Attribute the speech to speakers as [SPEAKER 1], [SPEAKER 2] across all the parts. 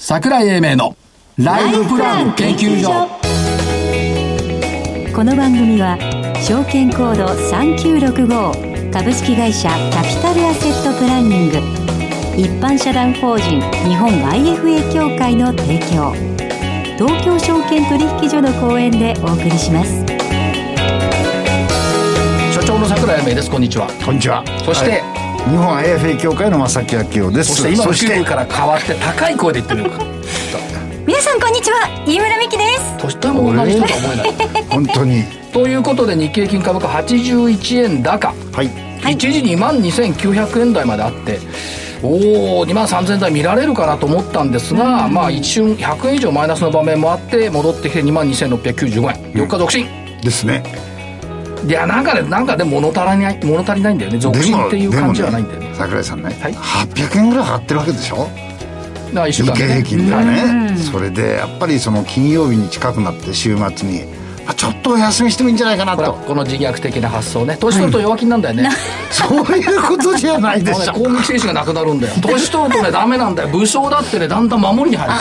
[SPEAKER 1] 桜井英明のライフプラン研究所
[SPEAKER 2] この番組は証券コード3965株式会社キャピタルアセットプランニング一般社団法人日本 IFA 協会の提供東京証券取引所の講演でお送りします
[SPEAKER 1] 所長の桜井英明ですこんにちは
[SPEAKER 3] こんにちは。
[SPEAKER 1] そして
[SPEAKER 3] はい日本 AFA 協会の正木昭夫で
[SPEAKER 1] そ
[SPEAKER 3] す。
[SPEAKER 1] して今の主婦から変わって高い声で言ってみようか
[SPEAKER 2] 皆さんこんにちは飯村美希です
[SPEAKER 1] 年下も同じ人とは思えない
[SPEAKER 3] 本当に
[SPEAKER 1] ということで日経金株価81円高、
[SPEAKER 3] はい。
[SPEAKER 2] はい
[SPEAKER 1] 一時2万2900円台まであっておお2万3000円台見られるかなと思ったんですが、まあ一瞬100円以上マイナスの場面もあって戻ってきて2万2695円4日続伸、
[SPEAKER 3] ですね。
[SPEAKER 1] いやなんかねなんかでも物足りない物足りないんだよね続伸っていう感じはないんだよね
[SPEAKER 3] ね桜井さんね、
[SPEAKER 1] はい
[SPEAKER 3] 800円ぐらい上がってるわけでしょ。
[SPEAKER 1] だから1週
[SPEAKER 3] 日
[SPEAKER 1] 間で
[SPEAKER 3] 経平
[SPEAKER 1] ね
[SPEAKER 3] 均ではね。それでやっぱりその金曜日に近くなって週末に、あちょっとお休みしてもいいんじゃないかな
[SPEAKER 1] ほら
[SPEAKER 3] と。
[SPEAKER 1] この自虐的な発想ね年取ると弱気になるんだよね、
[SPEAKER 3] そういうことじゃない で
[SPEAKER 1] もうね
[SPEAKER 3] しょ。
[SPEAKER 1] 攻撃精神がなくなるんだよ年取るとねダメなんだよ武将だってねだんだん守りに入る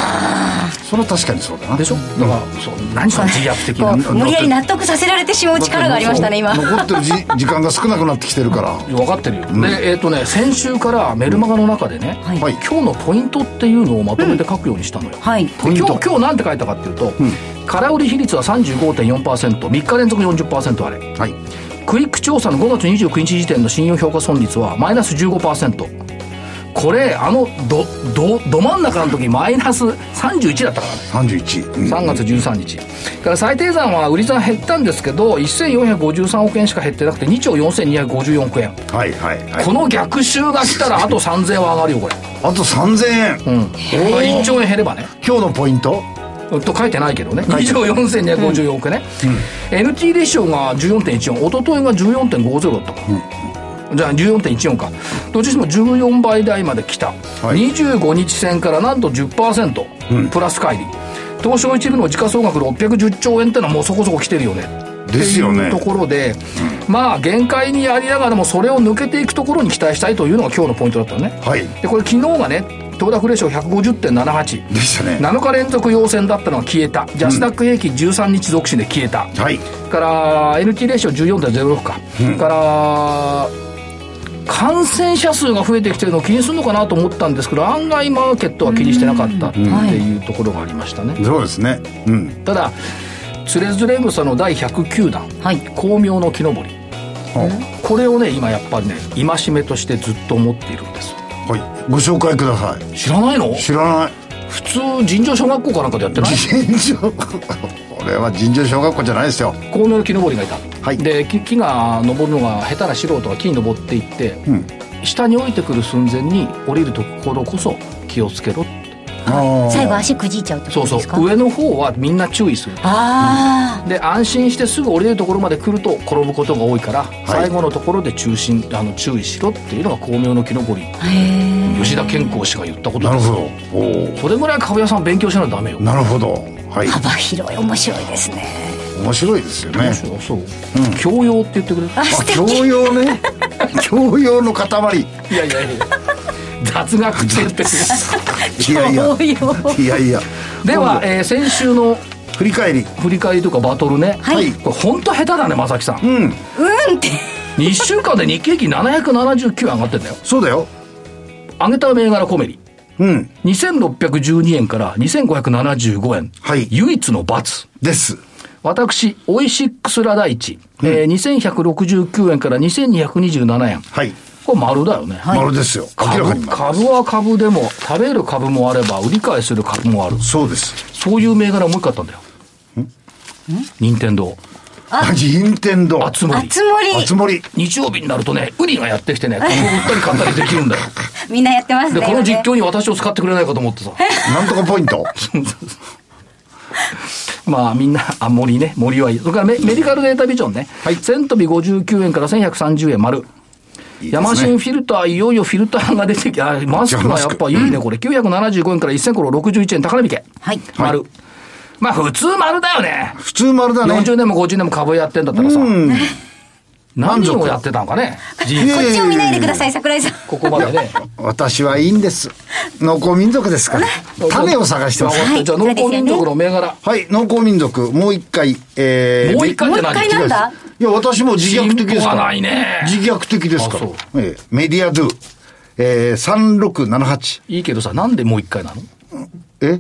[SPEAKER 3] それは確かにそうだな。
[SPEAKER 1] でしょだからそう何その自虐的
[SPEAKER 2] こ
[SPEAKER 1] な
[SPEAKER 2] う無理やり納得させられてしまう力がありましたね今
[SPEAKER 3] 残ってるじ時間が少なくなってきてるから。
[SPEAKER 1] 分かってるよ、でえっ、とね先週からメルマガの中でね、
[SPEAKER 2] はい
[SPEAKER 3] はい
[SPEAKER 1] 今日のポイントっていうのをまとめて書くようにしたのよ、
[SPEAKER 2] はい
[SPEAKER 3] ポイント
[SPEAKER 1] 今日今日なんて書いたかっていうと、空売り比率は 35.4%3 日連続40%あれ
[SPEAKER 3] はい。
[SPEAKER 1] クイック調査の5月29日時点の信用評価損率はマイナス15%これあのどどど真ん中の時マイナス31だったからね
[SPEAKER 3] 31。うん
[SPEAKER 1] 3月13日、から最低算は売り算減ったんですけど1453億円しか減ってなくて2兆4254億円、
[SPEAKER 3] はいはいはい
[SPEAKER 1] こ。の逆襲が来たらあと3000円は上がるよこれ、
[SPEAKER 3] あと3000円。
[SPEAKER 1] うん、これ1兆円減ればね
[SPEAKER 3] 今日のポイント。
[SPEAKER 1] うんと書いてないけどね
[SPEAKER 3] 書い
[SPEAKER 1] 2
[SPEAKER 3] て
[SPEAKER 1] 兆4254億円ね、NT レシオが14.14一昨日が14.50だったから、じゃあ14.14かどっちにしても14倍台まで来た、
[SPEAKER 3] い
[SPEAKER 1] 25日線からなんと10%プラス乖離、東証一部の時価総額610兆円ってのはもうそこそこ来てるよね
[SPEAKER 3] ですよね
[SPEAKER 1] っていうところで、まあ限界にありながらもそれを抜けていくところに期待したいというのが今日のポイントだったのね
[SPEAKER 3] はい。
[SPEAKER 1] でこれ昨日がね東ダフレーション150.78
[SPEAKER 3] でしたね。
[SPEAKER 1] 7日連続陽線だったのが消えたジャスダック平均13日続伸で消えた、
[SPEAKER 3] はい。
[SPEAKER 1] から NT レーシオ14.06か、から感染者数が増えてきてるのを気にするのかなと思ったんですけど案外マーケットは気にしてなかったっていうところがありましたね、
[SPEAKER 3] そうですね。うん。
[SPEAKER 1] ただつれづれ草の第109弾
[SPEAKER 2] はい
[SPEAKER 1] 「巧妙の木登り
[SPEAKER 3] は」
[SPEAKER 1] これをね今やっぱりね戒めとしてずっと思っているんです
[SPEAKER 3] はい。ご紹介ください。
[SPEAKER 1] 知らないの
[SPEAKER 3] 知らない。
[SPEAKER 1] 普通尋常小学校かなんかでやってない
[SPEAKER 3] 尋常。これは尋常小学校じゃないですよ。
[SPEAKER 1] 巧妙の木登りがいた、
[SPEAKER 3] はい
[SPEAKER 1] で木木が登るのが下手な素人が木に登っていって、
[SPEAKER 3] ん
[SPEAKER 1] 下に降りてくる寸前に降りるところこそ気をつけろって
[SPEAKER 3] あ
[SPEAKER 2] 最後足くじいちゃうってこ
[SPEAKER 1] そう
[SPEAKER 2] と
[SPEAKER 1] そ
[SPEAKER 2] ですか
[SPEAKER 1] う上の方はみんな注意する
[SPEAKER 2] あ
[SPEAKER 1] で安心してすぐ降りれるところまで来ると転ぶことが多いから、最後のところで中心あの注意しろっていうのが巧妙の木登り
[SPEAKER 2] あへえ
[SPEAKER 1] 吉田健康氏が言ったこと
[SPEAKER 3] な
[SPEAKER 1] で
[SPEAKER 3] る
[SPEAKER 1] す
[SPEAKER 3] ほど。お
[SPEAKER 1] それぐらい株屋さん勉強しないとダメよ
[SPEAKER 3] お。なるほど。はい。
[SPEAKER 2] 幅広い面白いですね
[SPEAKER 3] 面白いですよね。
[SPEAKER 1] そうそう、教養って言ってくれる
[SPEAKER 2] あ
[SPEAKER 3] あ
[SPEAKER 2] 素、敵
[SPEAKER 3] 教養ね。教養の塊。
[SPEAKER 1] いやいやいや雑学って言ってる
[SPEAKER 3] いやいや。
[SPEAKER 2] 教養
[SPEAKER 3] いやいや。
[SPEAKER 1] では、えー先週の
[SPEAKER 3] 振り返り。
[SPEAKER 1] 振り返りとかバトルね、
[SPEAKER 2] はい
[SPEAKER 1] これ本当下手だね正木さん、
[SPEAKER 3] うん。
[SPEAKER 2] うんって
[SPEAKER 1] 2週間で日経平均779円上がってんだよ
[SPEAKER 3] そうだよ。
[SPEAKER 1] 上げた銘柄コメリ
[SPEAKER 3] うん。
[SPEAKER 1] 2612円から2575円、
[SPEAKER 3] はい
[SPEAKER 1] 唯一の罰
[SPEAKER 3] です。
[SPEAKER 1] 私オイシックスラ第一、えー、2169円から2227円
[SPEAKER 3] はい。
[SPEAKER 1] これ丸だよね、
[SPEAKER 2] い
[SPEAKER 3] 丸ですよ。明らか
[SPEAKER 1] 株
[SPEAKER 3] に丸。
[SPEAKER 1] 株は株でも食べる株もあれば売り買いする株もある
[SPEAKER 3] そうです。
[SPEAKER 1] そういう銘柄もう一個あったんだよ任天堂
[SPEAKER 3] あ、任天堂。
[SPEAKER 1] あつ森
[SPEAKER 2] 熱盛
[SPEAKER 3] 熱盛。
[SPEAKER 1] 日曜日になるとね、ウニがやってきてね、株を売ったり買ったりできるんだ よ。
[SPEAKER 2] みんなやってます
[SPEAKER 1] で、
[SPEAKER 2] ね
[SPEAKER 1] この実
[SPEAKER 2] 況
[SPEAKER 1] 況に私を使ってくれないかと思ってさ。
[SPEAKER 3] なんとかポイン ト。
[SPEAKER 1] まあみんな、あ、森ね、森はいい。それからメメディカルデータビジョンね。
[SPEAKER 3] はい
[SPEAKER 1] セントビ59円から1130円丸。
[SPEAKER 3] いいですね
[SPEAKER 1] ヤマシンフィルター、いよいよフィルターが出てきて、あマスクはやっぱいいね、これ。975円から1561円、高値引け。
[SPEAKER 2] はい
[SPEAKER 1] 丸。まあ普通丸だよね。
[SPEAKER 3] 普通丸だね。
[SPEAKER 1] 40年も50年も株やってんだったらさ。何人をやってたのかね人
[SPEAKER 3] いやい
[SPEAKER 2] こ
[SPEAKER 3] や
[SPEAKER 2] っ
[SPEAKER 3] い
[SPEAKER 2] ち
[SPEAKER 3] や
[SPEAKER 2] を見ないでください、桜井さん。
[SPEAKER 1] ここまでね
[SPEAKER 3] 私はいいんです農耕民族ですから 種を探してます
[SPEAKER 2] はい
[SPEAKER 1] じゃあ農耕民族の銘柄
[SPEAKER 3] はい農耕民族もう一回えー、
[SPEAKER 1] もう一回って
[SPEAKER 2] もう一
[SPEAKER 1] 何
[SPEAKER 2] 回なんだ
[SPEAKER 3] いや、私も自虐的で
[SPEAKER 1] 進
[SPEAKER 3] すか
[SPEAKER 1] 歩が
[SPEAKER 3] ら。
[SPEAKER 1] ないね
[SPEAKER 3] 自虐的ですか
[SPEAKER 1] あそ
[SPEAKER 3] ら
[SPEAKER 1] う。
[SPEAKER 3] ええメディアドゥ、えー、3678。
[SPEAKER 1] いいけどさなんでもう一回なの
[SPEAKER 3] え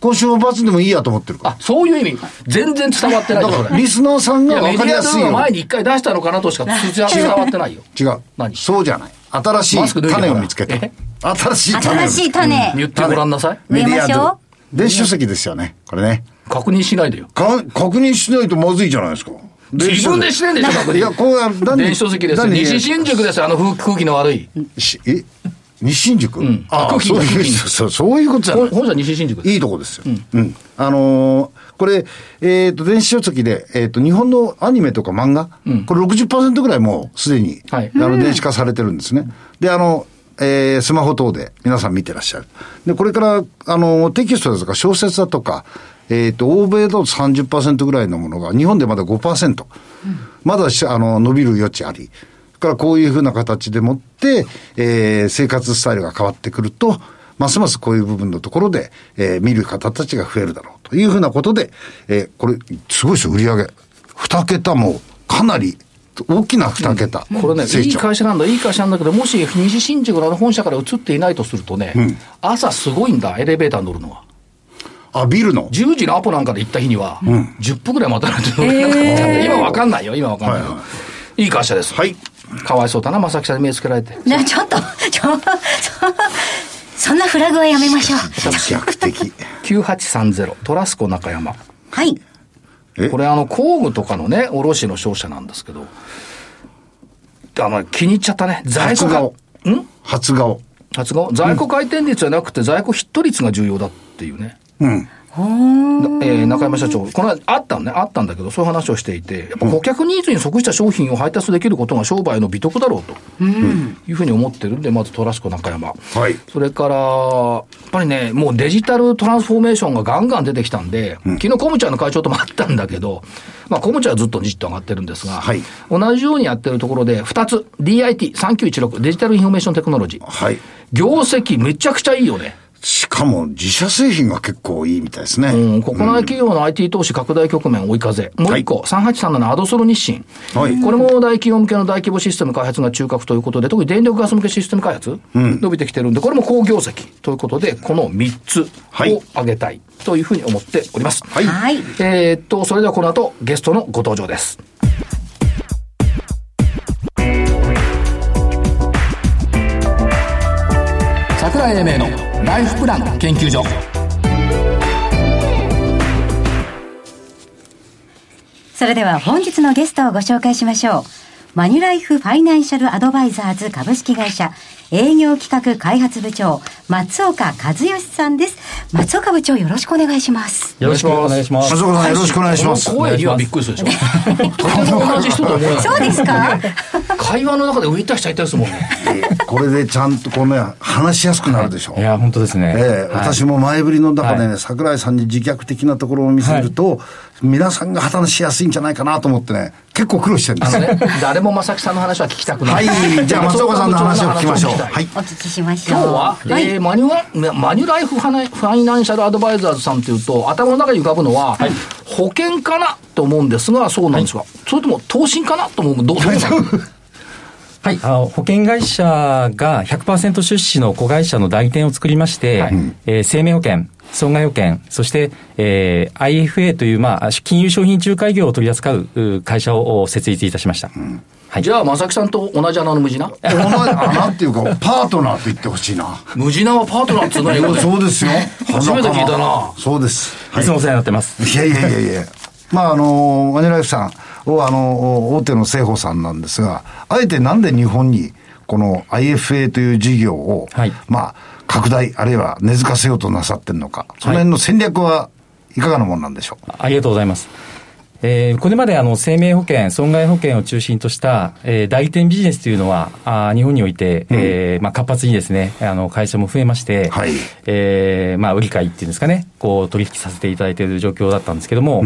[SPEAKER 3] 今週も罰でもいいやと思ってるから。
[SPEAKER 1] あそういう意味全然伝わってない
[SPEAKER 3] だ
[SPEAKER 1] よこ
[SPEAKER 3] から、
[SPEAKER 1] れ
[SPEAKER 3] リスナーさん
[SPEAKER 1] い
[SPEAKER 3] が
[SPEAKER 1] やメ
[SPEAKER 3] 分
[SPEAKER 1] ディ
[SPEAKER 3] かり
[SPEAKER 1] ア
[SPEAKER 3] や
[SPEAKER 1] ド
[SPEAKER 3] すい
[SPEAKER 1] ゥの
[SPEAKER 3] よ
[SPEAKER 1] 前に一回出したのかなとしか通知伝わってないよ
[SPEAKER 3] うに。違う。
[SPEAKER 1] 何
[SPEAKER 3] そうじゃない。新し
[SPEAKER 1] マスク
[SPEAKER 3] い
[SPEAKER 1] 脱いだから
[SPEAKER 3] 種を見つけた
[SPEAKER 1] え。
[SPEAKER 3] 新しい種を見
[SPEAKER 2] 新
[SPEAKER 3] つ
[SPEAKER 2] し
[SPEAKER 3] け
[SPEAKER 2] い
[SPEAKER 3] た。
[SPEAKER 2] 種。
[SPEAKER 1] 言ってごらんなさい
[SPEAKER 2] 植え
[SPEAKER 3] メデ
[SPEAKER 2] ま
[SPEAKER 3] ィア
[SPEAKER 2] し
[SPEAKER 3] ドゥ
[SPEAKER 2] ょ。
[SPEAKER 3] 電子書籍ですよね。これね。
[SPEAKER 1] 確認しないでよ
[SPEAKER 3] か確認しないとまずいじゃないですか。電子
[SPEAKER 1] 自
[SPEAKER 3] 書
[SPEAKER 1] 分
[SPEAKER 3] 籍
[SPEAKER 1] でしてんでしょ確
[SPEAKER 3] いや、
[SPEAKER 1] 認
[SPEAKER 3] こうやる。
[SPEAKER 1] 電子書籍ですよ西新宿ですよあの風空気の悪い
[SPEAKER 3] しえ日新宿、
[SPEAKER 1] ん
[SPEAKER 3] ああ
[SPEAKER 1] 空気
[SPEAKER 3] そういうそうそういうことじゃない
[SPEAKER 1] 本社西新宿です
[SPEAKER 3] いいとこですよ。うん。あのーこれ、えっ、と、電子書籍で、えっ、と、日本のアニメとか漫画、これ60%ぐらいもうすでに、
[SPEAKER 1] はい
[SPEAKER 3] あの、電子化されてるんですね。で、あの、えースマホ等で皆さん見てらっしゃる。で、これから、あの、テキストだとか小説だとか、えっ、と、欧米だと30%ぐらいのものが、日本でまだ5%。まだし、あの、伸びる余地あり。だからこういうふうな形でもって、えー生活スタイルが変わってくると、ますますこういう部分のところで、えー見る方たちが増えるだろうというふうなことで、えーこれ、すごいですよ、売り上げ。二桁もかなり大きな二桁成長。
[SPEAKER 1] これね、いい会社なんだ、いい会社なんだけど、もし西新宿のあの本社から移っていないとするとね、朝すごいんだ、エレベーターに乗るのは。
[SPEAKER 3] あ、ビルの。
[SPEAKER 1] 10時のアポなんかで行った日には、10分ぐらい待たないと乗れなかったんで今わかんないよ、今わかんないよ。
[SPEAKER 3] はい
[SPEAKER 1] い
[SPEAKER 3] はい
[SPEAKER 1] 会社です。
[SPEAKER 3] はい。
[SPEAKER 1] かわいそうだな、正木さんに目つけられて。
[SPEAKER 2] ね、ちょっと、ちょ、そんなフラグはやめましょう。
[SPEAKER 3] 自虐的。
[SPEAKER 1] 9830、トラスコ中山。
[SPEAKER 2] はい。
[SPEAKER 3] え
[SPEAKER 1] これあの工具とかのね、卸の商社なんですけど、あの、気に入っちゃったね。在庫
[SPEAKER 3] 初
[SPEAKER 1] が
[SPEAKER 3] 顔。。
[SPEAKER 1] ん
[SPEAKER 3] 初顔。
[SPEAKER 1] 発が在庫回転率じゃなくて在庫ヒット率が重要だっていうね。
[SPEAKER 3] うん。
[SPEAKER 1] なえー中山社長、この間あったのね、あったんだけど、そういう話をしていて、やっぱ顧客ニーズに即した商品を配達できることが商売の美徳だろうと、いうふうに思ってるんで、まずトラスコ中山。
[SPEAKER 3] はい
[SPEAKER 1] それから、やっぱりね、もうデジタルトランスフォーメーションがガンガン出てきたんで、昨日コムチャの会長ともあったんだけど、まあコムチャはずっとじっと上がってるんですが、
[SPEAKER 3] はい
[SPEAKER 1] 同じようにやってるところで、2つ、DIT3916、デジタルインフォメーションテクノロジー。
[SPEAKER 3] はい。
[SPEAKER 1] 業績めちゃくちゃいいよね。
[SPEAKER 3] しかも、自社製品が結構いいみたいですね。
[SPEAKER 1] うん、国内企業の IT 投資拡大局面追い風。もう一個、3837アドソロ日清。
[SPEAKER 3] はい
[SPEAKER 1] これも大企業向けの大規模システム開発が中核ということで、特に電力ガス向けシステム開発、伸びてきてるんで、これも好業績ということで、この3つ
[SPEAKER 3] はい
[SPEAKER 1] を挙げたいというふうに思っております。
[SPEAKER 3] い
[SPEAKER 2] はい。
[SPEAKER 1] えーっと、それではこの後、ゲストのご登場です。桜井英明のライフプラン研究所。
[SPEAKER 2] それでは本日のゲストをご紹介しましょう。マニュライフファイナンシャルアドバイザーズ株式会社営業企画開発部長松岡和義さんです。松岡部長よろしくお願いします。
[SPEAKER 4] よろしくお願いします。
[SPEAKER 3] 松岡さん、よろしくお願いします。
[SPEAKER 1] この声にはびっくりするでしょ。とても同じ人と思えない。
[SPEAKER 2] そうですか
[SPEAKER 1] 会話の中で浮いた人いたですもんね。
[SPEAKER 3] えーこれでちゃんとこの話しやすくなるでしょ
[SPEAKER 4] いや、本当ですね。
[SPEAKER 3] ええ私も前振りの中でね、
[SPEAKER 4] は
[SPEAKER 3] 桜井さんに自虐的なところを見せると、皆さんが話しやすいんじゃないかなと思ってね、結構苦労してるんで
[SPEAKER 1] あ
[SPEAKER 3] す
[SPEAKER 1] の
[SPEAKER 3] よ。
[SPEAKER 1] ね、誰も正木さんの話は聞きたくな。
[SPEAKER 3] はいい、じゃあ松岡さんの話を聞きましょう。
[SPEAKER 1] 松岡部長の話を聞きた
[SPEAKER 3] はいい。
[SPEAKER 2] お聞きしましょ
[SPEAKER 1] 今
[SPEAKER 2] う。
[SPEAKER 1] 日は、
[SPEAKER 2] はい。
[SPEAKER 1] えーマニュアマニュライフファナファイナンシャルアドバイザーズさんというと、頭の中に浮かぶのは、保険かなと思うんですが、そうなんですが、それとも投資かなと思うどうどうなんですか
[SPEAKER 4] はい。あの、保険会社が100%出資の子会社の代理店を作りまして、えー生命保険、損害保険、そして、えー IFA という、まあ、金融商品仲介業を取り扱うう会社を設立いたしました。はい。
[SPEAKER 1] じゃあ、正木さんと同じ穴の無地な
[SPEAKER 3] お前あなんていうか、パートナーと言ってほしいな。
[SPEAKER 1] 無地なはパートナーっつうのよ。
[SPEAKER 3] そうですよ。
[SPEAKER 1] 初めて聞いたな
[SPEAKER 3] そうです。はい
[SPEAKER 4] いつもお世話になってます。
[SPEAKER 3] いやいやいやいや。まああの、マニュライフさんをあの、大手の生保さんなんですが、あえてなんで日本にこの IFA という事業を、
[SPEAKER 4] はい
[SPEAKER 3] まあ、拡大あるいは根付かせようとなさってるのか、その辺の戦略はいかがなもんなんでしょう。
[SPEAKER 4] ありがとうございます。えーこれまであの生命保険、損害保険を中心とした、えー代理店ビジネスというのは、あー日本において、えーまあ、活発にですね、あの会社も増えまして、
[SPEAKER 3] はい
[SPEAKER 4] えーまあ、売り買いっていうんですかね、こう取引させていただいている状況だったんですけども、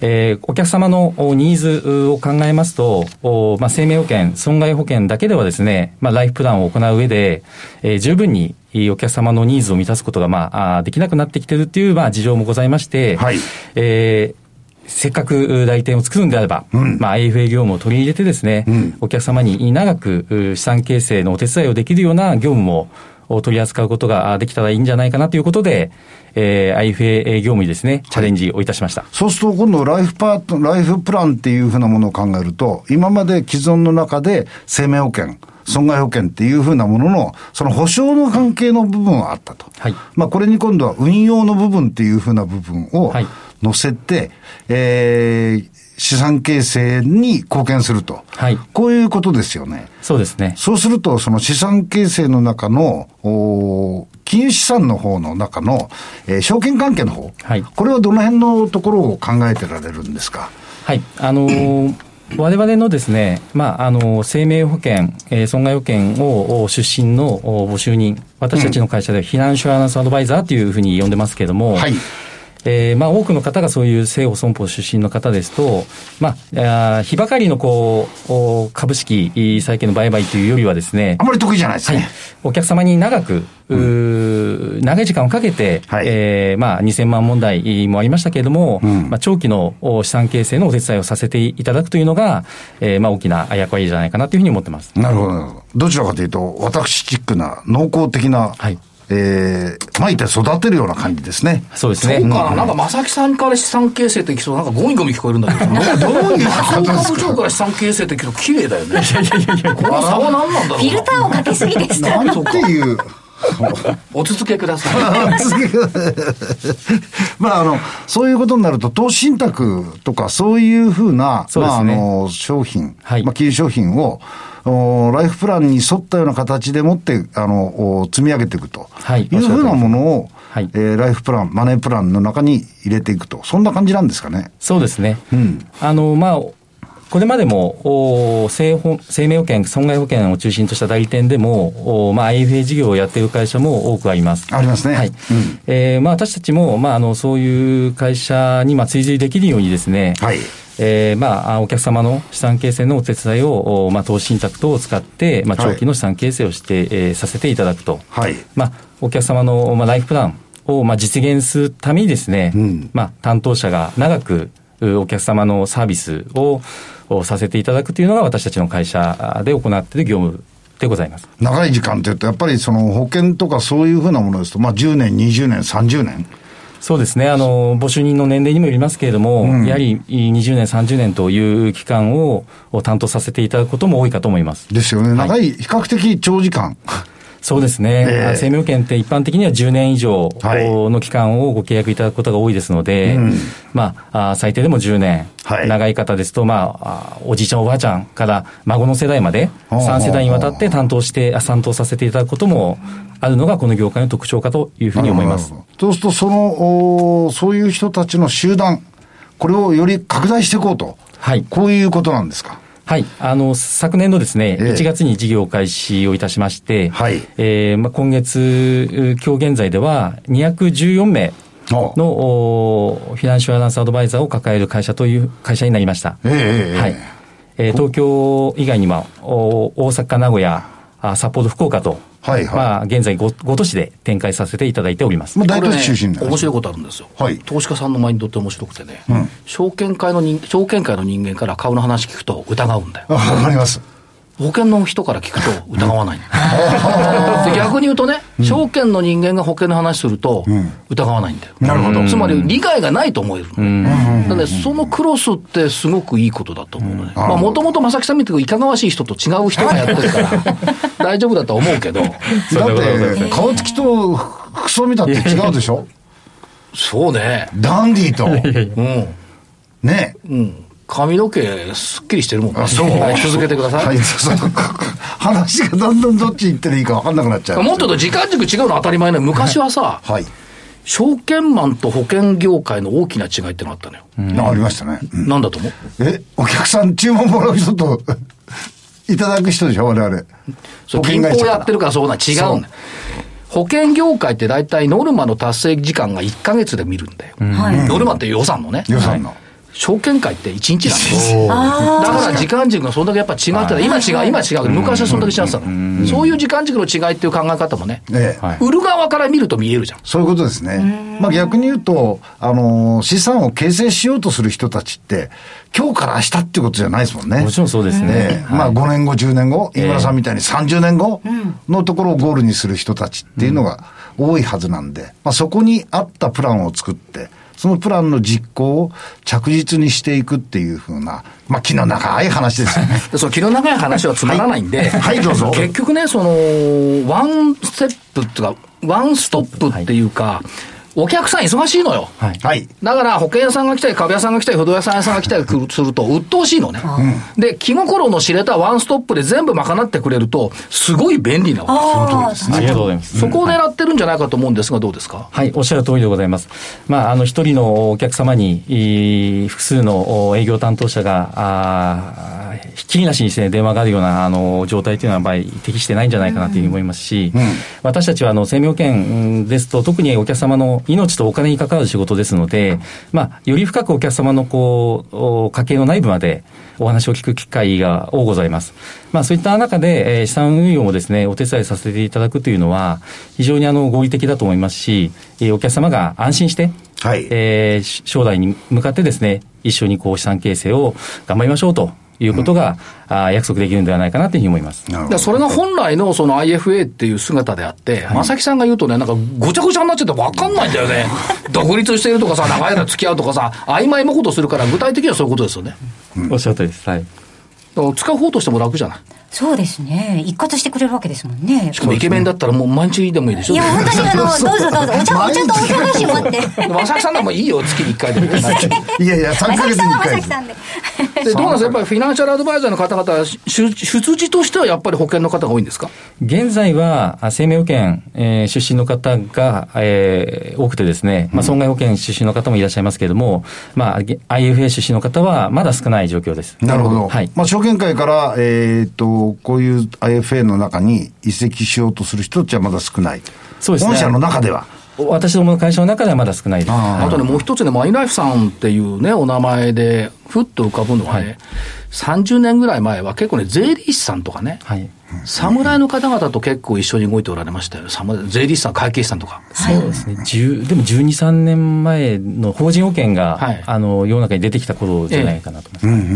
[SPEAKER 4] えーお客様のおニーズを考えますと、おまあ、生命保険、損害保険だけではですね、まあ、ライフプランを行う上で、えー十分にお客様のニーズを満たすことが、まあ、あーできなくなってきてるっていう、まあ、事情もございまして、
[SPEAKER 3] はい
[SPEAKER 4] えーせっかく代理店を作るんであれば、まあ、AFA 業務を取り入れてですね、お客様に長くう資産形成のお手伝いをできるような業務もお取り扱うことがあできたらいいんじゃないかなということで、えー IFA 業務にですね、チャレンジをいたしました。
[SPEAKER 3] そうすると今度ライフパート、ライフプランっていうふうなものを考えると、今まで既存の中で生命保険、損害保険っていうふうなものの、その保障の関係の部分はあったと。
[SPEAKER 4] はい
[SPEAKER 3] まあこれに今度は運用の部分っていうふうな部分を
[SPEAKER 4] はい
[SPEAKER 3] 乗せて、えー資産形成に貢献すると。
[SPEAKER 4] はい
[SPEAKER 3] こういうことですよね。
[SPEAKER 4] そうですね。
[SPEAKER 3] そうすると、その資産形成の中の、おー金融資産の方の中の、えー証券関係の方、
[SPEAKER 4] はい
[SPEAKER 3] これはどの辺のところを考えてられるんですか。
[SPEAKER 4] はい、あ のー我々のですね、まあ、あのー生命保険、えー損害保険をお出身のおご就任、私たちの会社ではフィナンシャルアナウンスアドバイザーというふうに呼んでますけれども、
[SPEAKER 3] はい
[SPEAKER 4] えーまあ、多くの方がそういう政法損保出身の方ですと、まあ、あー日ばかりのこうお株式、いい債券の売買というよりはですね
[SPEAKER 3] あ、まり得意じゃないですね。
[SPEAKER 4] お客様に長く、うー長い時間をかけて、
[SPEAKER 3] はい
[SPEAKER 4] えーまあ、2000万問題もありましたけれども、まあ、長期のお資産形成のお手伝いをさせていただくというのが、えーまあ、大きな役割じゃないかなというふうに思ってます。
[SPEAKER 3] なるほど、なるほど。どちらかというと、私チックな、濃厚的な、
[SPEAKER 4] はい
[SPEAKER 3] えー、巻いて育てるような感じですね。
[SPEAKER 4] そうです
[SPEAKER 1] そ
[SPEAKER 4] ね。
[SPEAKER 1] うかな、なんか正木さんから資産形成って聞きそう、なんかゴミゴミ聞こえるんだけど、 なんかどういう松尾株長から資産形成って聞くと綺麗だよね。 この差は何なんだろうな。
[SPEAKER 5] フィルターをかけすぎでし
[SPEAKER 3] な
[SPEAKER 5] た。
[SPEAKER 3] んていう。
[SPEAKER 1] お続けください。
[SPEAKER 3] まあ、あの、そういうことになると、投資信託とか、そういうふうな、
[SPEAKER 4] そうで
[SPEAKER 3] まあ、あ
[SPEAKER 4] すね
[SPEAKER 3] の、商品、
[SPEAKER 4] はい
[SPEAKER 3] まあ、金融商品を、おライフプランに沿ったような形でもって、あの、お積み上げていくと。
[SPEAKER 4] はい
[SPEAKER 3] いうふうなものを、
[SPEAKER 4] はい
[SPEAKER 3] えーライフプラン、マネープランの中に入れていくと。そんな感じなんですかね。
[SPEAKER 4] そうですね。あの、まあ、これまでも、お生保生命保険、損害保険を中心とした代理店でも、おまあ、IFA 事業をやっている会社も多くあります。
[SPEAKER 3] ありますね
[SPEAKER 4] はい。
[SPEAKER 3] うん
[SPEAKER 4] えーまあ、私たちも、まあ、あの、そういう会社に、まあ、追随できるようにですね、
[SPEAKER 3] はい
[SPEAKER 4] えーまああ、お客様の資産形成のお手伝いを、おまあ、投資信託等を使って、まあ、
[SPEAKER 3] はい
[SPEAKER 4] 長期の資産形成をして、えーさせていただくと。
[SPEAKER 3] はい。
[SPEAKER 4] まあ、お客様の、まあ、ライフプランを、まあ、実現するためにですね、
[SPEAKER 3] うん
[SPEAKER 4] まあ、担当者が長くうお客様のサービスををさせていただくというのが私たちの会社で行っている業務でございます。
[SPEAKER 3] 長い時間というと、やっぱりその保険とかそういうふうなものですと、まあ10年、20年、30年。
[SPEAKER 4] そうですね。あの、募集人の年齢にもよりますけれども、
[SPEAKER 3] ん
[SPEAKER 4] やはり20年、30年という期間をを担当させていただくことも多いかと思います。
[SPEAKER 3] ですよね。長、
[SPEAKER 4] はい
[SPEAKER 3] 比較的長時間。
[SPEAKER 4] そうですね、
[SPEAKER 3] ええ
[SPEAKER 4] 生命保険って一般的には10年以上
[SPEAKER 3] はい
[SPEAKER 4] の期間をご契約いただくことが多いですので、まあ、あ最低でも10年、
[SPEAKER 3] はい
[SPEAKER 4] 長い方ですと、まあ、あおじいちゃん、おばあちゃんから孫の世代まで、
[SPEAKER 3] ほうほうほう
[SPEAKER 4] 3世代にわたって担当して、あ担当させていただくこともあるのが、この業界の特徴かというふうに思います
[SPEAKER 3] な。るほどそうすると、その、おーそういう人たちの集団、これをより拡大していこうと。
[SPEAKER 4] はい
[SPEAKER 3] こういうことなんですか。
[SPEAKER 4] はい。あの、昨年のです
[SPEAKER 3] え
[SPEAKER 4] ね、
[SPEAKER 3] え
[SPEAKER 4] 1月に事業開始をいたしまして、
[SPEAKER 3] はい
[SPEAKER 4] えーまあ、今月、今日現在では214名
[SPEAKER 3] お
[SPEAKER 4] のおフィナンシャルアナウンスアドバイザーを抱える会社という会社になりました。
[SPEAKER 3] ええええ
[SPEAKER 4] はい
[SPEAKER 3] え
[SPEAKER 4] えー東京以外には、お大阪、名古屋、あ札幌、福岡と、
[SPEAKER 3] はいはい
[SPEAKER 4] まあ、現在 5, 都市で展開させていただいております。
[SPEAKER 3] まあ、大都市中心
[SPEAKER 1] これね面白いことあるんですよ、
[SPEAKER 3] はい
[SPEAKER 1] 投資家さんのマインドって面白くてね、証券会の人証券会の人間から株の話聞くと疑うんだよ
[SPEAKER 3] あわかります。
[SPEAKER 1] 保険の人から聞くと疑わないん だよで逆に言うとね、証券の人間が保険の話すると疑わないんだよ、
[SPEAKER 3] なるほど
[SPEAKER 1] つまり理解がないと思えるのなのでそのクロスってすごくいいことだと思うのねまあもともと正木さんみたいにいかがわしい人と違う人がやってるから 大丈夫だとは思うけど
[SPEAKER 4] そんな
[SPEAKER 3] だっ
[SPEAKER 4] ことはございませ
[SPEAKER 3] て、顔つきと服装見たって違うでしょ
[SPEAKER 1] そうね
[SPEAKER 3] ダンディーと。
[SPEAKER 1] うん
[SPEAKER 3] ね。
[SPEAKER 1] うん、髪の毛すっきりしてるもんね。
[SPEAKER 3] あそう
[SPEAKER 1] はい続けてくださ。
[SPEAKER 3] はいい、そうそう話がだんだんどっち行っていいか分かんなくなっちゃう。
[SPEAKER 1] もっと言うと時間軸違うの当たり前ね。昔はさ、
[SPEAKER 3] はい。
[SPEAKER 1] 証券マンと保険業界の大きな違いってのがあったのよ。
[SPEAKER 3] あありましたね。うん
[SPEAKER 1] なんだと思う
[SPEAKER 3] え、お客さん、注文もらう人と、 いただく人でしょ、我々。
[SPEAKER 1] それ銀行やってる
[SPEAKER 3] か
[SPEAKER 1] からそうなん違
[SPEAKER 3] そう
[SPEAKER 1] うね保険業界って大体ノルマの達成時間が1ヶ月で見るんだよ。
[SPEAKER 2] はい
[SPEAKER 1] ノルマって予算のね。
[SPEAKER 3] 予算の。
[SPEAKER 1] 証券会って1日なんです
[SPEAKER 3] おー
[SPEAKER 1] だから時間軸がそんだけやっぱ違ってた。今違う、今違う。昔はそんだけ違ってたの。そういう時間軸の違いっていう考え方もね、
[SPEAKER 3] ええ
[SPEAKER 4] はい
[SPEAKER 1] 売る側から見ると見えるじゃん。
[SPEAKER 3] そういうことですね。まあ逆に言うと、あのー資産を形成しようとする人たちって、今日から明日っていうことじゃないですもんね。
[SPEAKER 4] もちろんそうですね
[SPEAKER 3] ええ
[SPEAKER 4] はい
[SPEAKER 3] まあ5年後、10年後、井村さんみたいに30年後のところをゴールにする人たちっていうのが多いはずなんで、まあそこに合ったプランを作って、そのプランの実行を着実にしていくっていうふうな、まあ気の長い話ですよね。
[SPEAKER 1] でその気の長い話はつまらないんで、
[SPEAKER 3] はいはいどうぞ
[SPEAKER 1] 結局ね、その、ワンステップっていうか、ワンストップっていうか、お客さん忙しいのよ。
[SPEAKER 4] はい
[SPEAKER 3] はい。
[SPEAKER 1] だから保険屋さんが来たり、株屋さんが来たり、不動屋さん屋さんが来たりすると、鬱陶しいのね。で、気心の知れたワンストップで全部賄ってくれると、すごい便利なわ
[SPEAKER 2] ああ、
[SPEAKER 4] ありがとうございま
[SPEAKER 1] け。
[SPEAKER 4] す。
[SPEAKER 1] そこを狙ってるんじゃないかと思うんですが、どうですか
[SPEAKER 4] はい、おっしゃる通りでございます。まあ、あの、一人のお客様に、えー複数のお営業担当者が、あーひっきりなしにして電話があるような、あの、状態というのは、やっぱり適してないんじゃないかなというふうに思いますし、私たちは、あの、生命保険うんですと、特にお客様の命とお金に関わる仕事ですので、まあ、より深くお客様の、こう、お家計の内部まで、お話を聞く機会が多ございます。まあそういった中で、えー資産運用もですね、お手伝いさせていただくというのは、非常にあの合理的だと思いますし、えーお客様が安心して、
[SPEAKER 3] はい
[SPEAKER 4] えーし将来に向かってですね、一緒にこう資産形成を頑張りましょうということが、あー約束できるんではないかなというふうに思います。
[SPEAKER 3] なる
[SPEAKER 1] だからそれが本来のその IFA っていう姿であって、正木さんが言うとね、なんかごちゃごちゃになっちゃって分かんないんだよね。独立しているとかさ、長い間付き合うとかさ、曖昧なことするから、具体的にはそういうことですよね。
[SPEAKER 4] おっしゃる通りです。はい。
[SPEAKER 1] だから使う方としても楽じゃない。
[SPEAKER 2] そうですね。一括してくれるわけですもんね
[SPEAKER 1] し。かもイケメンだったらもう毎日でもいいでしょ
[SPEAKER 2] いや、本当にあの、どうぞどうぞ、お茶、お茶とお茶菓子持って。
[SPEAKER 1] まさきさんでもいいよ、月に1回でも。で、どうなんで
[SPEAKER 3] いやいや、
[SPEAKER 2] ま
[SPEAKER 3] 3ヶ
[SPEAKER 2] さき
[SPEAKER 3] 月
[SPEAKER 2] さん
[SPEAKER 3] に
[SPEAKER 2] はま
[SPEAKER 3] 1
[SPEAKER 2] さ
[SPEAKER 3] 回
[SPEAKER 2] きさんで。
[SPEAKER 1] すかやっぱりフィナンシャルアドバイザーの方々は、し出自としてはやっぱり保険の方が多いんですか
[SPEAKER 4] 現在は、あ生命保険、えー出身の方が、えー多くてですね、まあ、損害保険出身の方もいらっしゃいますけれども、まあ、げ IFA 出身の方はまだ少ない状況です。
[SPEAKER 3] なるほど。
[SPEAKER 4] はい。
[SPEAKER 3] まあ、証券会から、えーっと、こういう IFA の中に移籍しようとする人たちはまだ少ない。
[SPEAKER 4] そうですね
[SPEAKER 3] 本社の中では。
[SPEAKER 4] 私どもの会社の中ではまだ少ないです。
[SPEAKER 1] あとね、もう一つね、マイライフさんっていうね、お名前で、ふっと浮かぶのはね、
[SPEAKER 4] はい
[SPEAKER 1] 30年ぐらい前は結構ね、税理士さんとかね、
[SPEAKER 4] はい。
[SPEAKER 1] 侍の方々と結構一緒に動いておられましたよ。侍税理士さん、会計士さんとか。
[SPEAKER 2] はい
[SPEAKER 4] そうですね。10でも12、3年前の法人保険が、
[SPEAKER 1] はい
[SPEAKER 4] あの、世の中に出てきた頃じゃないかなと思います。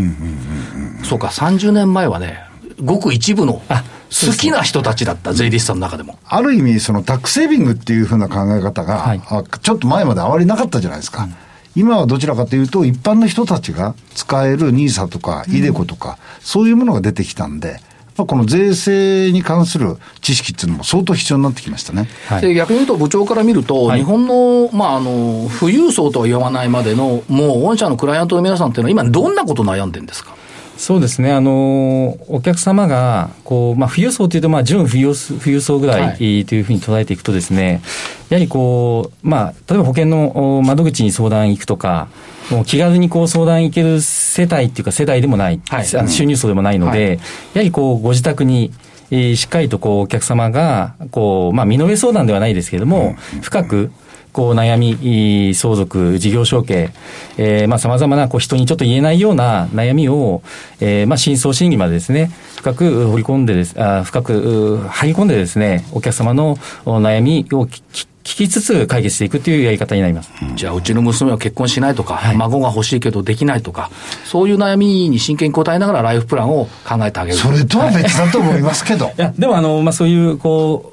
[SPEAKER 1] そうか、30年前はね、ごく一部の
[SPEAKER 4] あ
[SPEAKER 1] 好きな人たちだった、税理士さんの中でも。
[SPEAKER 3] ある意味、そのタックセービングっていうふうな考え方が、
[SPEAKER 4] はい
[SPEAKER 3] あちょっと前まであまりなかったじゃないですか。今はどちらかというと、一般の人たちが使える NISA とか iDeCo とか、そういうものが出てきたんで、やっぱこの税制に関する知識っていうのも相当必要になってきましたね。
[SPEAKER 4] はい
[SPEAKER 1] で逆に言うと、部長から見ると、
[SPEAKER 4] はい
[SPEAKER 1] 日本の,、まああの富裕層とは言わないまでの、もう御社のクライアントの皆さんっていうのは、今、どんなこと悩んでるんですか
[SPEAKER 4] そうですね。あの、お客様が、こう、まあ、富裕層というと、まあ、純富裕層富裕層ぐらい、
[SPEAKER 1] はい
[SPEAKER 4] えーというふうに捉えていくとですね、やはりこう、まあ、例えば保険のお窓口に相談行くとか、もう気軽にこう相談行ける世帯っていうか世代でもない、
[SPEAKER 1] はい
[SPEAKER 4] あの収入層でもないので、
[SPEAKER 1] はい
[SPEAKER 4] やはりこう、ご自宅に、えーしっかりとこう、お客様が、こう、まあ、身の上相談ではないですけれども、深く、こう、悩み、えー相続、事業承継、えー、まあ、様々な、こう、人にちょっと言えないような悩みを、えー、まあ、真相審議までですね、深く掘り込んでです、あ深くう入り込んでですね、お客様のお悩みを聞き聞きつつ解決していくというやり方になります。
[SPEAKER 1] じゃあ、うちの娘は結婚しないとか、孫が欲しいけどできないとか、そういう悩みに真剣に答えながら、ライフプランを考えてあげる。
[SPEAKER 3] それとは別だと思いますけど
[SPEAKER 4] い。や、でもあの、まあ、そういう、こう、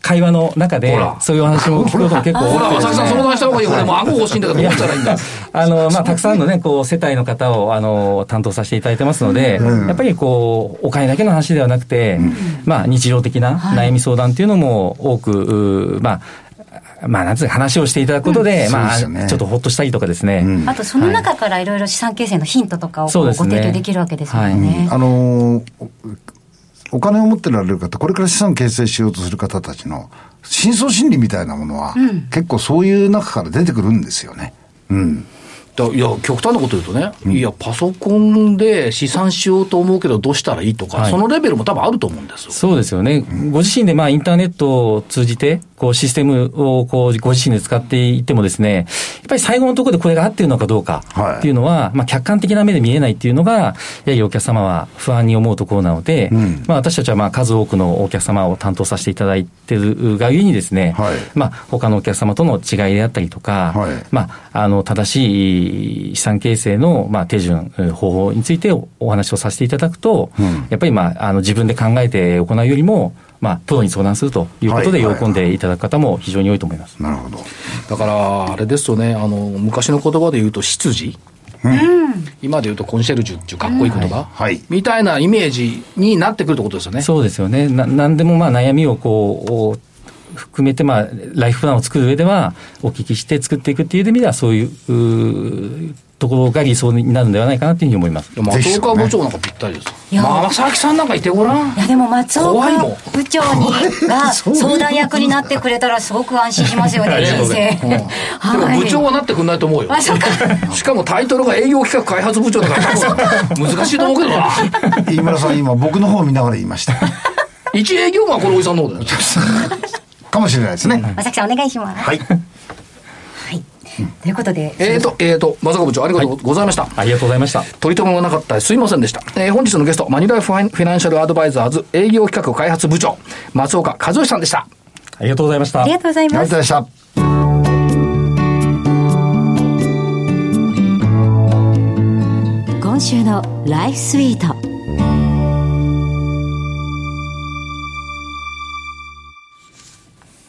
[SPEAKER 4] 会話の中で
[SPEAKER 1] ほら、
[SPEAKER 4] そういうお話も聞くことも結構
[SPEAKER 1] ほ
[SPEAKER 4] 多
[SPEAKER 1] ら、
[SPEAKER 4] くて
[SPEAKER 1] まさ
[SPEAKER 4] で
[SPEAKER 1] き
[SPEAKER 4] す
[SPEAKER 1] さん、
[SPEAKER 4] ね
[SPEAKER 1] 相談した方がいいよ、俺もう顎欲しいんだけど、どうしたらいいんだ。
[SPEAKER 4] あの、まあ、たくさんのね、こう、世帯の方を、あの、担当させていただいてますので、
[SPEAKER 3] うん
[SPEAKER 4] やっぱりこう、お金だけの話ではなくて、まあ、日常的な
[SPEAKER 2] はい
[SPEAKER 4] 悩み相談っていうのも多く、うまあ、まあ、なんつうか話をしていただくことで、
[SPEAKER 3] うんそう
[SPEAKER 4] まあ、
[SPEAKER 3] ですよね
[SPEAKER 4] ちょっとほっとしたりとかですね。
[SPEAKER 3] うん
[SPEAKER 2] あと、その中からいろいろ資産形成のヒントとかをこ
[SPEAKER 4] そう
[SPEAKER 2] うご
[SPEAKER 4] ですね
[SPEAKER 2] 提供できるわけですも
[SPEAKER 4] はい
[SPEAKER 2] んね。
[SPEAKER 3] あのーおお金を持ってられる方、これから資産を形成しようとする方たちの深層心理みたいなものは、結構そういう中から出てくるんですよね。うん。
[SPEAKER 1] だいや極端なこと言うとね、いや、パソコンで試算しようと思うけど、どうしたらいいとか、
[SPEAKER 4] はい
[SPEAKER 1] そのレベルも多分あると思うんですよ。
[SPEAKER 4] そうですよね。ご自身でまあインターネットを通じて、こうシステムをこうご自身で使っていってもですね、やっぱり最後のところでこれが合ってるのかどうか
[SPEAKER 3] はい
[SPEAKER 4] っていうのは、まあ客観的な目で見えないっていうのが、やはりお客様は不安に思うところなので、
[SPEAKER 3] ん
[SPEAKER 4] まあ私たちはまあ数多くのお客様を担当させていただいてるがゆえにですね、
[SPEAKER 3] はい
[SPEAKER 4] まあ他のお客様との違いであったりとか、
[SPEAKER 3] はい
[SPEAKER 4] まあ、あの、正しい資産形成の、まあ、手順、えー方法についておお話をさせていただくと、
[SPEAKER 3] ん
[SPEAKER 4] やっぱり、まあ、あの、自分で考えて行うよりも、まあ、プロに相談するということで
[SPEAKER 3] はい
[SPEAKER 4] 喜んでいただく方も非常に多いと思います。
[SPEAKER 3] なるほど。
[SPEAKER 1] だから、あれですよね、あの、昔の言葉で言うと、執事、今で言うとコンシェルジュっていうかっこいい言葉、
[SPEAKER 3] はいはい
[SPEAKER 1] みたいなイメージになってくるってことですよね。
[SPEAKER 4] そうですよね。な、なんでも、まあ、悩みをこう、お含めて、まあ、ライフプランを作る上では、お聞きして作っていくっていう意味では、そういう、うーところが理想になるんではないかなというふうに思います。
[SPEAKER 1] でも
[SPEAKER 3] ぜひ
[SPEAKER 1] 松
[SPEAKER 3] そうね
[SPEAKER 1] 岡部長なんかぴったりです
[SPEAKER 2] いや
[SPEAKER 1] よ。まあ、正木さんなんかいてごらん
[SPEAKER 2] い。やでも松
[SPEAKER 1] 怖い
[SPEAKER 2] 岡
[SPEAKER 1] もん
[SPEAKER 2] 部長にが
[SPEAKER 3] そういうこと
[SPEAKER 2] 相談役になってくれたらすごく安心しますよ
[SPEAKER 1] あ
[SPEAKER 2] ね
[SPEAKER 1] りがとう
[SPEAKER 2] 人
[SPEAKER 1] ござ
[SPEAKER 2] 生
[SPEAKER 1] いますうんでも部長はなってくんないと思うよ。
[SPEAKER 2] あそうか
[SPEAKER 1] しかもタイトルが営業企画開発部長だから多分難しいと思うけどな。
[SPEAKER 3] 飯村さん、今僕の方を見ながら言いました。
[SPEAKER 1] 一営業マンはこのおじさんの方だよ。
[SPEAKER 3] かもしれないですね。
[SPEAKER 2] まさきさんお願いします
[SPEAKER 3] はい。
[SPEAKER 2] はいということで
[SPEAKER 1] えーと、えーと、松岡部長ありがとうございました。
[SPEAKER 4] ありがとうございました。
[SPEAKER 1] 取り留めもなかったですいませんでした、えー本日のゲストマニュラルファインフィナンシャルアドバイザーズ営業企画開発部長松岡和義さんでした
[SPEAKER 4] ありがとうございました
[SPEAKER 2] あり。がとうござい
[SPEAKER 3] あ
[SPEAKER 2] ま
[SPEAKER 3] りがとうご
[SPEAKER 2] す
[SPEAKER 3] ざいました。
[SPEAKER 2] 今週のライフスイート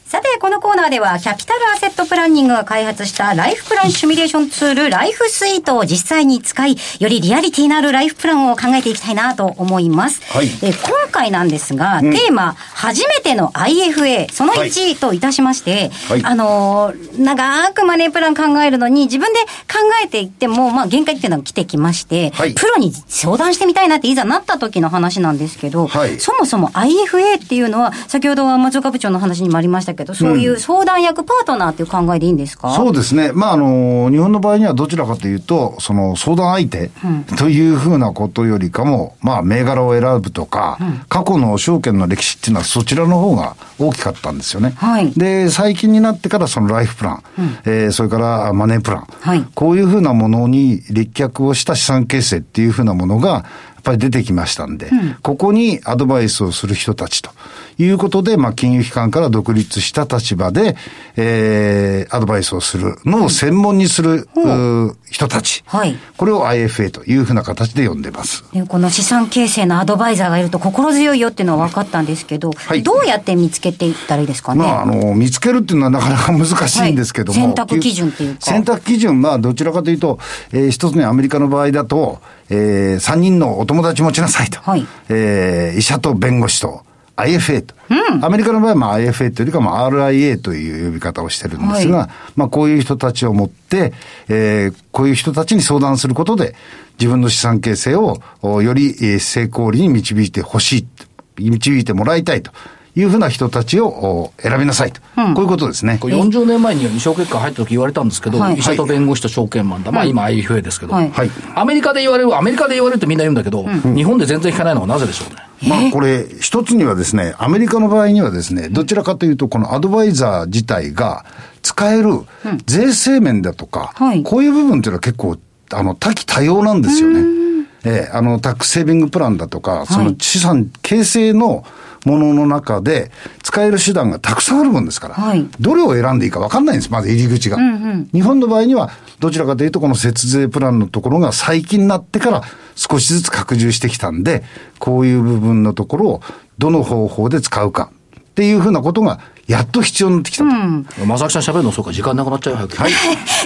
[SPEAKER 2] さて、このコーナーでは、キャピタルアセットプランニングが開発したライフプランシミュレーションツール、ライフスイートを実際に使い、よりリアリティのあるライフプランを考えていきたいなと思います。
[SPEAKER 3] はい
[SPEAKER 2] え今回なんですが、テーマ、初めての IFA、その1といたしまして、
[SPEAKER 3] はい
[SPEAKER 2] あのー長くマネープラン考えるのに、自分で考えていっても、まあ、限界っていうのが来てきまして、
[SPEAKER 3] はい
[SPEAKER 2] プロに相談してみたいなっていざなった時の話なんですけど、
[SPEAKER 3] はい
[SPEAKER 2] そもそも IFA っていうのは、先ほどは松岡部長の話にもありましたけど、そういう相談役パートナーっていう考えでいいんですか、
[SPEAKER 3] そうですね。まあ、あの、日本の場合にはどちらかというと、その相談相手というふうなことよりかも、まあ、銘柄を選ぶとか、過去の証券の歴史っていうのはそちらの方が大きかったんですよね。
[SPEAKER 2] はい
[SPEAKER 3] で、最近になってからそのライフプラン、えーそれからマネープラン、
[SPEAKER 2] はい
[SPEAKER 3] こういうふうなものに立脚をした資産形成っていうふうなものが、やっぱり出てきましたんで、ここにアドバイスをする人たちということで、まあ、金融機関から独立した立場で、えー、アドバイスをするのを専門にする、うー人たち。
[SPEAKER 2] はい
[SPEAKER 3] これを IFA というふうな形で呼んでます。
[SPEAKER 2] でこの資産形成のアドバイザーがいると心強いよっていうのは分かったんですけど、
[SPEAKER 3] い
[SPEAKER 2] どうやって見つけていったらいいですかね、
[SPEAKER 3] まあ、あの、見つけるっていうのはなかなか難しいんですけど
[SPEAKER 2] は
[SPEAKER 3] も。
[SPEAKER 2] い選択基準っていうか
[SPEAKER 3] 選択基準、まあ、どちらかというと、えー一つにアメリカの場合だと、え3人のお友達持ちなさいと。
[SPEAKER 2] はい
[SPEAKER 3] えー医者と弁護士と。IFA と、アメリカの場合はまあ IFA というよりかも RIA という呼び方をしてるんですが、
[SPEAKER 2] は
[SPEAKER 3] まあこういう人たちを持って、えーこういう人たちに相談することで自分の資産形成をおよりえー成功裏に導いてほしい、導いてもらいたいというふうな人たちをお選びなさいと、こういうことですね。
[SPEAKER 1] これ40年前に証券会入った時言われたんですけど、
[SPEAKER 2] はい
[SPEAKER 1] 医者と弁護士と証券マンだ、まあ今 IFA ですけど、
[SPEAKER 2] はい
[SPEAKER 3] はい
[SPEAKER 1] アメリカで言われるアメリカで言われるってみんな言うんだけど、日本で全然聞かないのはなぜでしょうね
[SPEAKER 3] まあこれ、一つにはですね、アメリカの場合にはですね、どちらかというと、このアドバイザー自体が使える税制面だとか、
[SPEAKER 2] はい
[SPEAKER 3] こういう部分っていうのは結構、あの、多岐多様なんですよね。ええ、あの、タックスセービングプランだとか、その資産形成のものの中で、使える手段がたくさんあるもんですから、
[SPEAKER 2] はい
[SPEAKER 3] どれを選んでいいか分かんないんです、まず入り口が。日本の場合には、どちらかというと、この節税プランのところが最近になってから少しずつ拡充してきたんで、こういう部分のところをどの方法で使うかっていうふうなことが、やっと必要になってきたと。
[SPEAKER 1] 正木さん喋るのそうか時間なくなっちゃうよ早く、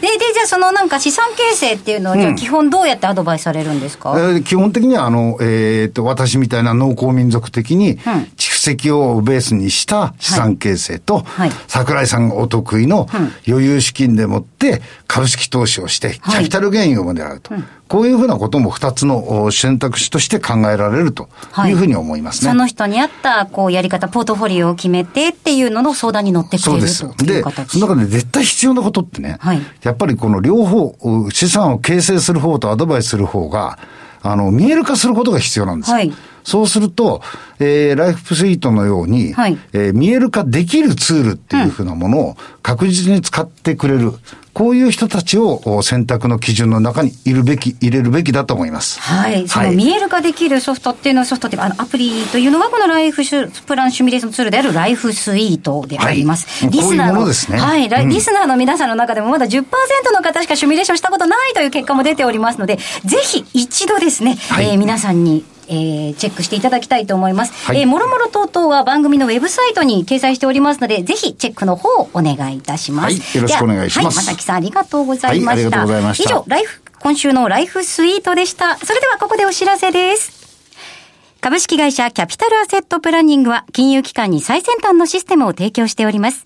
[SPEAKER 2] ででじゃあそのなんか資産形成っていうのは、じゃあ基本どうやってアドバイスされるんですか、
[SPEAKER 3] えー基本的には、あの、えーっと、私みたいな農耕民族的に、蓄実績をベースにした資産形成と、
[SPEAKER 2] はい
[SPEAKER 3] 桜井さんがお得意の余裕資金でもって株式投資をして、キャピタルゲインを狙うと。こういうふうなことも二つのお選択肢として考えられると
[SPEAKER 2] はい
[SPEAKER 3] いうふうに思いますね。
[SPEAKER 2] その人に合った、こう、やり方、ポートフォリオを決めてっていうのの相談に乗ってくれる
[SPEAKER 3] そうです。
[SPEAKER 2] とい
[SPEAKER 3] で
[SPEAKER 2] う形。、
[SPEAKER 3] その中で絶対必要なことってね、
[SPEAKER 2] はい
[SPEAKER 3] やっぱりこの両方、う資産を形成する方とアドバイスする方が、あの、見える化することが必要なんですよ。
[SPEAKER 2] はい
[SPEAKER 3] そうすると、えーライフスイートのように、
[SPEAKER 2] はい
[SPEAKER 3] えー見える化できるツールっていうふうなものを確実に使ってくれる、こういう人たちをお選択の基準の中にいるべき、入れるべきだと思います。
[SPEAKER 2] はい。その見える化できるソフトっていうのは、ソフトっていうか、あの、アプリというのが、このライフシュプランシミュレーションツールであるライフスイートであります。
[SPEAKER 3] はいこういうものですね
[SPEAKER 2] はい、ライ
[SPEAKER 3] うん
[SPEAKER 2] リスナーの皆さんの中でもまだ10%の方しかシミュレーションしたことないという結果も出ておりますので、ぜひ一度ですね、
[SPEAKER 3] い
[SPEAKER 2] えー皆さんにえーチェックしていただきたいと思います。
[SPEAKER 3] い
[SPEAKER 2] えーもろもろ等々は番組のウェブサイトに掲載しておりますので、ぜひチェックの方をお願いいたします。
[SPEAKER 3] はいよろしくお願いします
[SPEAKER 2] でははい、まさきさんありがとうございました。
[SPEAKER 3] はいありがとうございました
[SPEAKER 2] 以上、ライフ、今週のライフスイートでした。それではここでお知らせです。株式会社キャピタルアセットプランニングは金融機関に最先端のシステムを提供しております。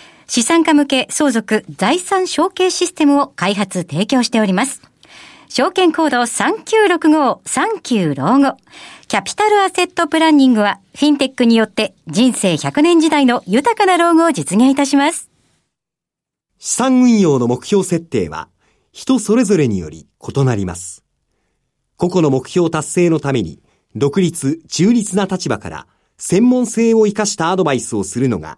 [SPEAKER 2] 資産家向け相続財産承継システムを開発提供しております。証券コード3965-39老後。キャピタルアセットプランニングは、フィンテックによって人生100年時代の豊かな老後を実現いたします。
[SPEAKER 5] 資産運用の目標設定は人それぞれにより異なります。個々の目標達成のために独立、中立な立場から専門性を生かしたアドバイスをするのが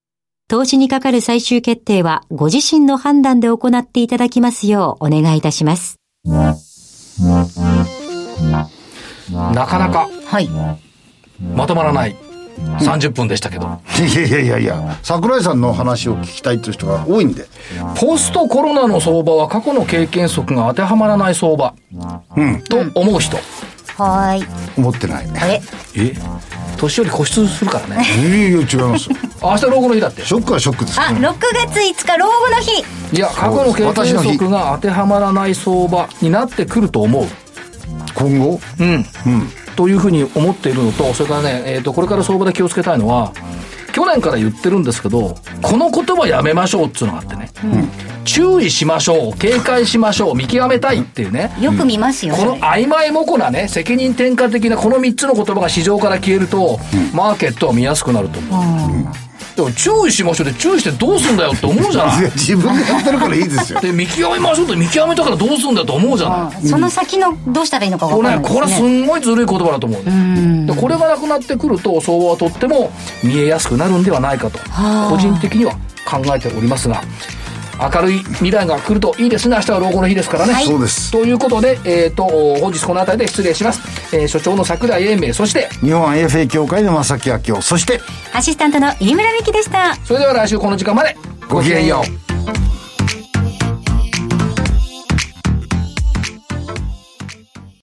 [SPEAKER 2] 投資にかかる最終決定は、ご自身の判断で行っていただきますようお願いいたします。
[SPEAKER 1] なかなか
[SPEAKER 2] はい。
[SPEAKER 1] まとまらない30分でしたけど、
[SPEAKER 3] いやいやいやいや、桜井さんの話を聞きたいという人が多いんで。
[SPEAKER 1] ポストコロナの相場は過去の経験則が当てはまらない相場、と思う人
[SPEAKER 2] はい。
[SPEAKER 3] 思ってない。
[SPEAKER 2] あれ
[SPEAKER 1] え年寄り固執するからね
[SPEAKER 3] いやいや違い ますよ。
[SPEAKER 1] 明日老後の日だって
[SPEAKER 3] ショックはショックです
[SPEAKER 2] あ、
[SPEAKER 3] よ。
[SPEAKER 2] 6月5日、老後の日。
[SPEAKER 1] いや過去の経
[SPEAKER 3] 私の
[SPEAKER 1] 験
[SPEAKER 3] 日
[SPEAKER 1] 則が当てはまらない相場になってくると思う
[SPEAKER 3] 今後、
[SPEAKER 1] うん、というふうに思っているのとそれからね、えー、とこれから相場で気をつけたいのは去年から言ってるんですけどこの言葉やめましょうっていうのがあってね、注意しましょう警戒しましょう見極めたいっていうね、
[SPEAKER 2] よく見ますよ、
[SPEAKER 1] この
[SPEAKER 2] それ
[SPEAKER 1] 曖昧もこなね責任転嫁的なこの3つの言葉が市場から消えると、マーケットは見やすくなると思う、でも注意しましょうで注意してどうすんだよって思うじゃ ないい
[SPEAKER 3] や自分でやってるからいいですよ。
[SPEAKER 1] で見極めましょうって見極めたからどうすんだよと思うじゃない、
[SPEAKER 2] うんその先のどうしたらいいのか分
[SPEAKER 1] こ
[SPEAKER 2] か
[SPEAKER 1] れ
[SPEAKER 2] ら
[SPEAKER 1] ね
[SPEAKER 2] ないで
[SPEAKER 1] これ
[SPEAKER 2] す
[SPEAKER 1] す
[SPEAKER 2] ね。
[SPEAKER 1] んごいずるい言葉だと思うね、でこれがなくなってくると相場はとっても見えやすくなるんではないかと
[SPEAKER 2] はあ
[SPEAKER 1] 個人的には考えておりますが明るい未来が来るといいですね明日は老後の日ですからね、
[SPEAKER 2] はい
[SPEAKER 3] そうです
[SPEAKER 1] ということで、えー、と本日この辺りで失礼します、えー所長の桜井英明そして
[SPEAKER 3] 日本 AFA 協会の正木明夫、そして、
[SPEAKER 2] アシスタントの飯村美樹でした。
[SPEAKER 1] それでは来週この時間まで
[SPEAKER 3] ごきげんよう。